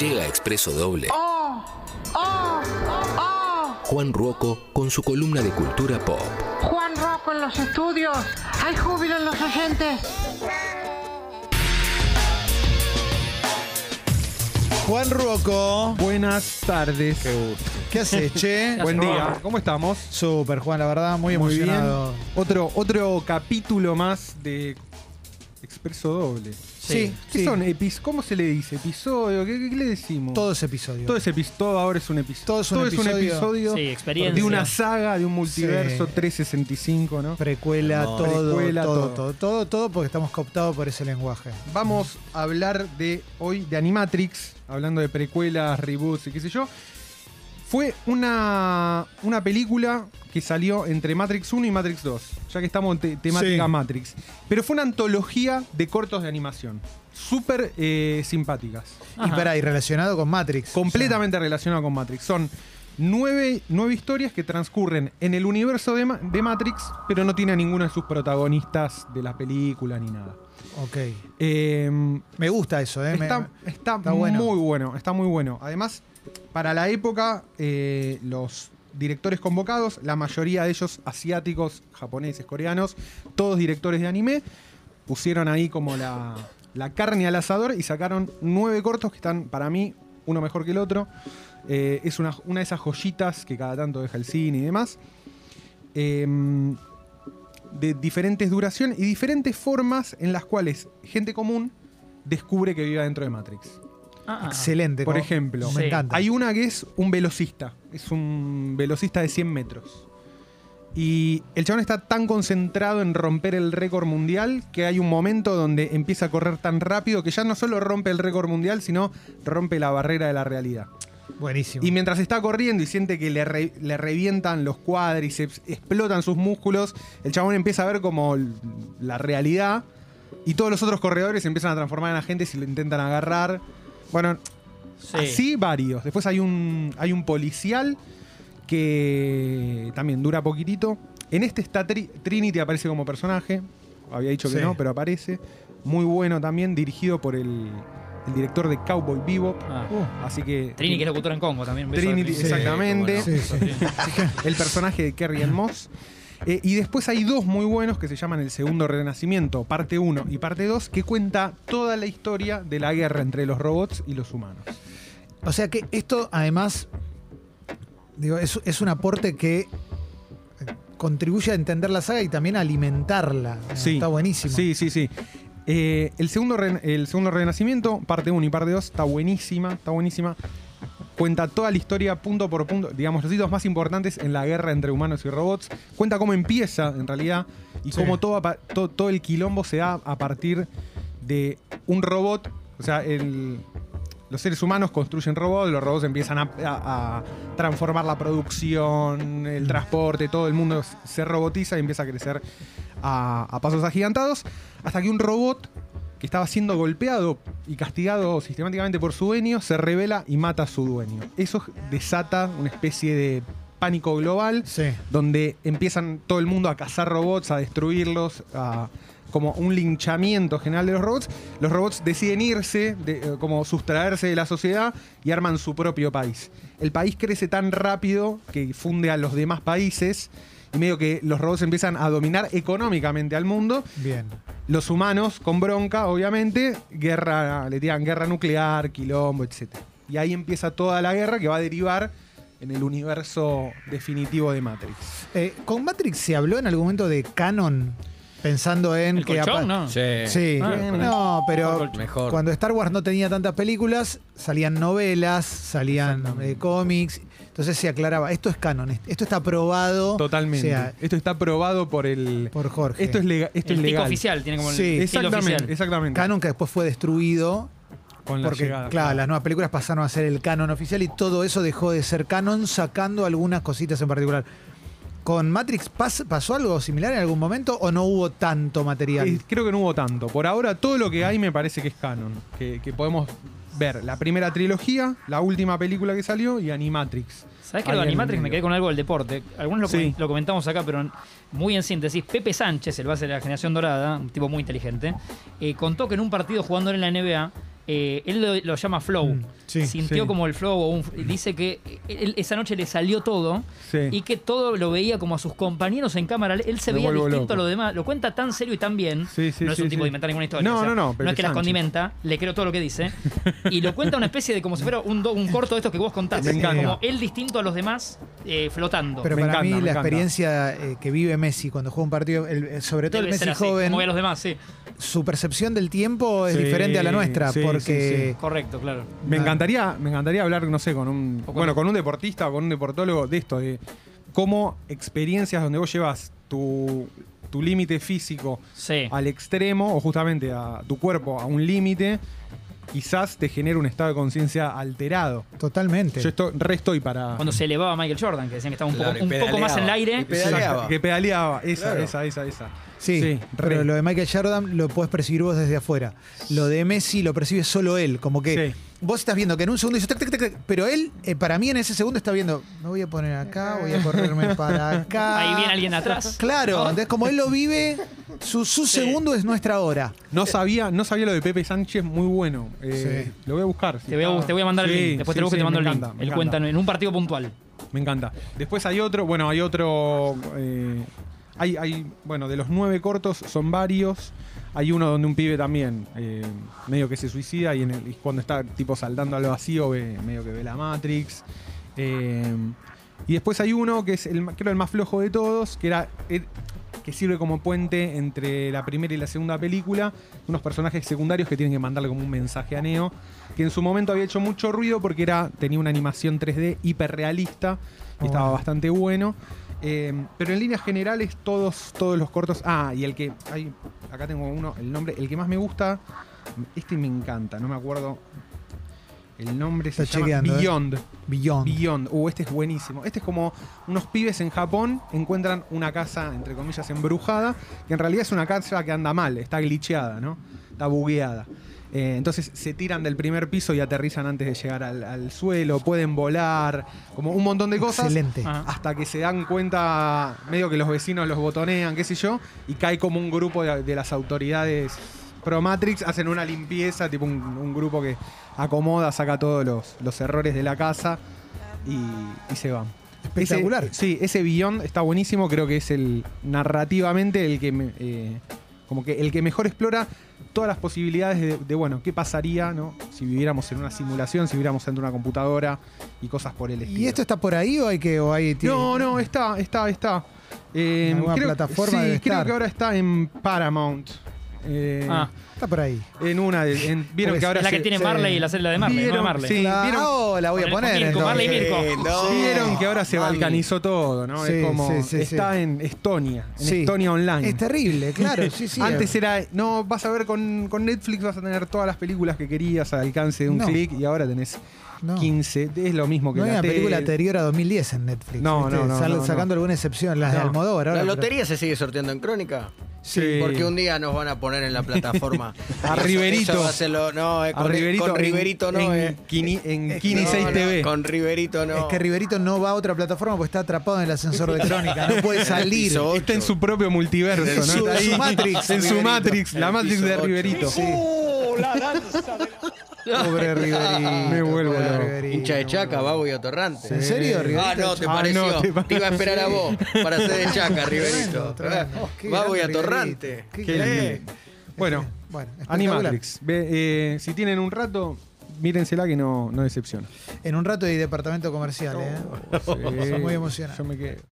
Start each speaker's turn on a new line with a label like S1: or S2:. S1: Llega Expreso Doble.
S2: ¡Oh! ¡Oh! ¡Oh!
S1: Juan Ruoco con su columna de cultura pop.
S2: Juan Rocco en los estudios. Hay júbilo en los oyentes.
S3: Juan Ruoco,
S4: Buenas tardes. Qué
S3: ¿qué haces, che?
S4: Buen día. ¿Cómo estamos?
S3: Super, Juan, la verdad, muy
S4: Muy bien.
S3: emocionado.
S4: Otro, otro capítulo más de Expreso Doble.
S3: Sí,
S4: ¿Qué
S3: sí.
S4: son epis? ¿Cómo se le dice? ¿Episodio? ¿Qué, qué le decimos?
S3: Todo ese episodio.
S4: Todo es episodio. Todo ahora es un episodio.
S3: Todo es un episodio.
S4: episodio
S5: Sí, experiencia.
S4: de una saga, de un multiverso
S3: Sí.
S4: 365, ¿no?
S3: Precuela,
S6: No.
S3: todo,
S4: Precuela,
S3: todo,
S4: todo.
S3: todo, todo, todo, porque estamos cooptados por ese lenguaje.
S4: Vamos a hablar de hoy de Animatrix, hablando de precuelas, reboots y qué sé yo. Fue una, una película que salió entre Matrix 1 y Matrix 2, ya que estamos en te- temática
S3: Sí.
S4: Matrix. Pero fue una antología de cortos de animación, súper eh, simpáticas,
S3: Y pará, y relacionado con Matrix.
S4: completamente relacionada con Matrix. Son nueve, nueve historias que transcurren en el universo de, Ma- de Matrix, pero no tiene a ninguno de sus protagonistas de la película ni nada.
S3: O sea, ok.
S4: Em,
S3: Me gusta eso, ¿eh? Me-
S4: Está, está
S3: está
S4: muy
S3: bueno.
S4: bueno. está muy bueno. Además, para la época, eh, los directores convocados, la mayoría de ellos asiáticos, japoneses, coreanos, todos directores de anime, pusieron ahí como la, la carne al asador y sacaron nueve cortos que están, para mí, uno mejor que el otro. Eh, es una, una de esas joyitas que cada tanto deja el cine y demás. Em, de diferentes duración y diferentes formas en las cuales gente común descubre que vive dentro de Matrix.
S5: Ah,
S3: Excelente.
S4: Por
S3: como-
S4: ejemplo,
S3: me
S5: Sí.
S3: encanta.
S4: Hay una que es un velocista. Es un velocista de 100 metros. Y el chabón está tan concentrado en romper el récord mundial que hay un momento donde empieza a correr tan rápido que ya no solo rompe el récord mundial, sino rompe la barrera de la realidad.
S3: Buenísimo.
S4: Y mientras está corriendo y siente que le, re- le revientan los cuádriceps, explotan sus músculos, el chabón empieza a ver como l- la realidad y todos los otros corredores se empiezan a transformar en agentes y lo intentan agarrar. Bueno,
S5: sí.
S4: así varios. Después hay un, hay un policial que también dura poquitito. En este está Tri- Trinity, aparece como personaje. Había dicho que
S3: Sí.
S4: no, pero aparece. Muy bueno también, dirigido por el, el director de Cowboy Bebop.
S5: Ah.
S4: Así que...
S5: Trini, que es locutora en Congo también. un beso a
S4: Trinity,
S3: Sí,
S4: exactamente.
S3: Sí, sí.
S4: El personaje de Kerry and Moss. Eh, y después hay dos muy buenos que se llaman El Segundo Renacimiento, parte 1 y parte 2, que cuenta toda la historia de la guerra entre los robots y los humanos.
S3: O sea que esto, además, digo, es, es un aporte que eh, contribuye a entender la saga y también a alimentarla.
S4: Sí.
S3: Está buenísimo.
S4: Sí, sí, sí. Eh, el, segundo Ren- el segundo renacimiento, parte 1 y parte 2, está buenísima, está buenísima. Cuenta toda la historia punto por punto, digamos, los hitos más importantes en la guerra entre humanos y robots. Cuenta cómo empieza, en realidad, y cómo todo, apa- to- todo el quilombo se da a partir de un robot. O sea, el- los seres humanos construyen robots, los robots empiezan a, a- a transformar la producción, el transporte, todo el mundo s- se robotiza y empieza a crecer a, a pasos agigantados, hasta que un robot que estaba siendo golpeado y castigado sistemáticamente por su dueño se revela y mata a su dueño. Eso desata una especie de pánico global
S3: Sí.
S4: donde empiezan todo el mundo a cazar robots, a destruirlos, a- como un linchamiento general de los robots. Los robots deciden irse, de- eh, como sustraerse de la sociedad y arman su propio país. El país crece tan rápido que funde a los demás países y medio que los robots empiezan a dominar económicamente al mundo.
S3: Bien.
S4: Los humanos, con bronca, obviamente, guerra, le tiran guerra nuclear, quilombo, etc. Y ahí empieza toda la guerra que va a derivar en el universo definitivo de Matrix.
S3: Eh, ¿Con Matrix se habló en algún momento de canon? Pensando en
S5: ¿El
S3: que. apa-
S5: colchón, no?
S6: Sí.
S3: Sí.
S5: Ah,
S3: no, pero
S6: Mejor.
S3: cuando Star Wars no tenía tantas películas, salían novelas, salían eh, cómics. Entonces se aclaraba, esto es canon, est- esto está aprobado.
S4: Totalmente.
S3: O sea,
S4: esto está aprobado por el.
S3: por Jorge.
S4: Esto es, lega- esto
S5: el
S4: es
S5: tico
S4: legal.
S5: oficial, tiene como el
S3: Sí.
S5: estilo
S4: Exactamente,
S5: oficial.
S4: exactamente.
S3: canon que después fue destruido
S4: Con la
S3: Porque,
S4: llegada.
S3: claro, las nuevas películas pasaron a ser el canon oficial y todo eso dejó de ser canon, sacando algunas cositas en particular. ¿Con Matrix pas- pasó algo similar en algún momento o no hubo tanto material?
S4: Eh, creo que no hubo tanto. Por ahora todo lo que hay me parece que es canon. Que, que podemos ver la primera trilogía, la última película que salió y Animatrix.
S5: ¿Sabes que lo de
S4: Ahí en
S5: Animatrix
S4: el
S5: me quedé con algo del deporte? Algunos lo,
S4: Sí.
S5: comen- lo comentamos acá, pero muy en síntesis. Pepe Sánchez, el base de la generación dorada, un tipo muy inteligente, eh, contó que en un partido jugando en la NBA, eh, eh, él lo, lo llama flow.
S3: Mm, sí,
S5: Sintió
S4: sí.
S5: como el flow. o un- dice que él- esa noche le salió todo
S4: Sí.
S5: y que todo lo veía como a sus compañeros en cámara. Él se
S4: Me
S5: veía
S4: vuelvo loco.
S5: distinto a los demás. Lo cuenta tan serio y tan bien.
S4: Sí, sí,
S5: no es
S4: sí,
S5: un tipo
S4: sí.
S5: de inventar ninguna historia.
S4: No,
S5: o sea,
S4: no, no,
S5: No
S4: Pepe
S5: es que las
S4: Sánchez.
S5: condimenta, le creo todo lo que dice. Y lo cuenta una especie de como si fuera un, do- un corto de estos que vos contaste.
S4: Me encanta.
S5: Como él distinto a los demás eh, flotando.
S3: Pero
S4: Me
S3: para
S4: encanta,
S3: mí
S4: me
S3: la
S4: encanta.
S3: experiencia eh, que vive Messi cuando juega un partido, el- eh, sobre todo
S5: Debe
S3: el
S5: ser
S3: Messi
S5: así,
S3: joven,
S5: Como ve a los demás, sí.
S3: su percepción del tiempo es
S4: Sí,
S3: diferente a la nuestra,
S4: sí, sí,
S3: porque
S5: Correcto, claro.
S4: Me encantaría, me encantaría hablar, no sé, con un.
S5: con-
S4: Bueno, con un deportista, con un deportólogo de esto, de cómo experiencias donde vos llevas tu, tu límite físico
S5: Sí.
S4: al extremo, o justamente a tu cuerpo a un límite, quizás te genera un estado de conciencia alterado.
S3: totalmente.
S4: Yo esto, re estoy para.
S5: Cuando se elevaba Michael Jordan, que decían que estaba un,
S6: Claro,
S5: poco,
S6: y
S5: un poco más en el
S6: pedaleaba, y
S5: aire.
S6: pedaleaba.
S4: Exacto, que pedaleaba. Esa,
S6: Claro.
S4: esa, esa, esa.
S3: Sí, pero
S4: re.
S3: lo de Michael Jordan lo puedes percibir vos desde afuera. Lo de Messi lo percibe solo él. Como que
S4: Sí.
S3: vos estás viendo que en un segundo hizo tac, tac, tac, tac, pero él, eh, para mí en ese segundo, está viendo, me voy a poner acá, voy a correrme para acá.
S5: Ahí viene alguien atrás.
S3: Claro,
S5: ¿No?
S3: entonces como él lo vive, su, su segundo es nuestra hora.
S4: No sabía, no sabía lo de Pepe Sánchez, muy bueno. Eh,
S3: Sí.
S4: Lo voy a buscar. si
S5: Te voy, a,
S4: está-
S5: te voy a mandar
S4: Sí,
S5: el link. Después
S4: sí,
S5: te lo busco y
S4: sí,
S5: te mando
S4: me
S5: el link.
S4: encanta, me
S5: Él
S4: encanta.
S5: cuenta en un partido puntual.
S4: Me encanta. Después hay otro, bueno, hay otro. eh, hay, hay, bueno, de los nueve cortos son varios. Hay uno donde un pibe también eh, medio que se suicida y, en el- y cuando está tipo saltando al vacío ve- medio que ve la Matrix. Eh, y después hay uno que es el, ma- creo el más flojo de todos, que era eh, que sirve como puente entre la primera y la segunda película, unos personajes secundarios que tienen que mandarle como un mensaje a Neo, que en su momento había hecho mucho ruido porque era tenía una animación 3D hiperrealista y
S3: Oh.
S4: estaba bastante bueno. Eh, pero en líneas generales todos todos los cortos, ah, y el que hay acá tengo uno, el nombre, el que más me gusta, este me encanta, no me acuerdo el nombre se
S3: Está
S4: llama
S3: chequeando, eh.
S4: Beyond.
S3: Beyond.
S4: Beyond. Uh, este es buenísimo. Este es como unos pibes en Japón encuentran una casa, entre comillas, embrujada, que en realidad es una casa que anda mal, está glitcheada, ¿no? Está bugueada. Eh, entonces se tiran del primer piso y aterrizan antes de llegar al, al suelo, pueden volar, como un montón de cosas.
S3: Excelente.
S5: Ah.
S4: Hasta que se dan cuenta, medio que los vecinos los botonean, qué sé yo, y cae como un grupo de, de las autoridades pro Matrix, hacen una limpieza, tipo un, un grupo que acomoda, saca todos los, los errores de la casa y, y se van.
S3: Espectacular.
S4: Ese- sí, ese billón está buenísimo, creo que es el narrativamente el que me- eh, como que el que mejor explora todas las posibilidades de, de, bueno, qué pasaría, ¿no? Si viviéramos en una simulación, si viviéramos dentro de una computadora y cosas por el estilo.
S3: ¿Y esto está por ahí o hay que.? O hay, tiene-
S4: No, no, está, está, está. Eh,
S3: En alguna plataforma
S4: sí,
S3: debe
S4: creo
S3: estar.
S4: que ahora está en Paramount. Eh,
S5: Ah,
S3: Está por ahí.
S4: En una de. en- vieron
S3: Pues,
S4: que ahora
S5: es la que
S4: se-
S5: tiene
S4: se-
S5: Marley y la celda de Marley, no de
S4: Vieron,
S5: Marley.
S4: sí,
S3: La,
S4: vieron-
S3: oh, la voy a
S5: Con el
S3: poner.
S5: Mirko, Marley
S3: entonces.
S5: Mirko.
S6: Eh, no.
S4: Vieron que ahora se
S6: Mami.
S4: balcanizó todo, ¿no?
S3: Sí,
S4: es como
S3: sí, sí,
S4: está
S3: sí.
S4: en Estonia, en
S3: Sí.
S4: Estonia online.
S3: Es terrible, claro. Sí, sí.
S4: Antes era, no, vas a ver con, con Netflix, vas a tener todas las películas que querías al alcance de un
S3: No.
S4: clic y ahora tenés
S3: No.
S4: 15, es lo mismo que
S3: No hay
S4: la
S3: una
S4: tele.
S3: película anterior a 2010 en Netflix.
S4: No,
S3: ¿viste?
S4: no, no,
S3: Sal-
S4: no, no.
S3: sacando alguna excepción, las de
S4: No.
S3: Almodóvar. ahora,
S6: La
S3: pero-
S6: lotería se sigue sorteando en Crónica.
S4: Sí.
S6: Porque un día nos van a poner en la plataforma.
S4: A
S6: Eso-
S4: Riverito.
S6: eso va a ser lo- no, eh,
S4: A
S6: con, Riverito, con Riverito
S4: en,
S6: no.
S4: En,
S6: eh.
S4: Quini- en Quini
S6: No,
S4: 6
S6: no,
S4: TV.
S6: Con Riverito no.
S3: Es que Riverito no va a otra plataforma porque está atrapado en el ascensor de Crónica. No puede salir.
S6: Piso
S4: Está en
S6: ocho.
S4: su propio multiverso,
S6: En
S4: ¿no?
S6: su-
S4: Está
S3: en su Matrix,
S4: En su
S6: Riverito.
S4: Matrix, la
S6: El
S4: Matrix
S6: piso
S4: de
S6: ocho.
S4: Riverito.
S3: Pobre Riverito.
S4: Me vuelvo
S3: Pobre
S4: loco.
S3: Riverito.
S6: Hincha de Chaca, Babo y Atorrante.
S3: ¿En serio, Riverito?
S6: Ah, no, te
S4: Ah,
S6: pareció.
S4: no, te
S6: te, iba a esperar a vos para ser de Chaca,
S3: Tremendo,
S6: Riverito.
S3: tremendo. Qué
S6: Babo y
S3: grande
S6: Atorrante.
S3: Riverito. Qué
S6: Eh.
S3: grande.
S4: Bueno,
S3: Bueno, espectacular.
S4: Animatrix. Ve, eh, si tienen un rato, mírensela que no, no decepciona. Oh,
S3: En un rato hay departamento comercial, ¿eh? Muy emocionante.
S4: Yo me quedo.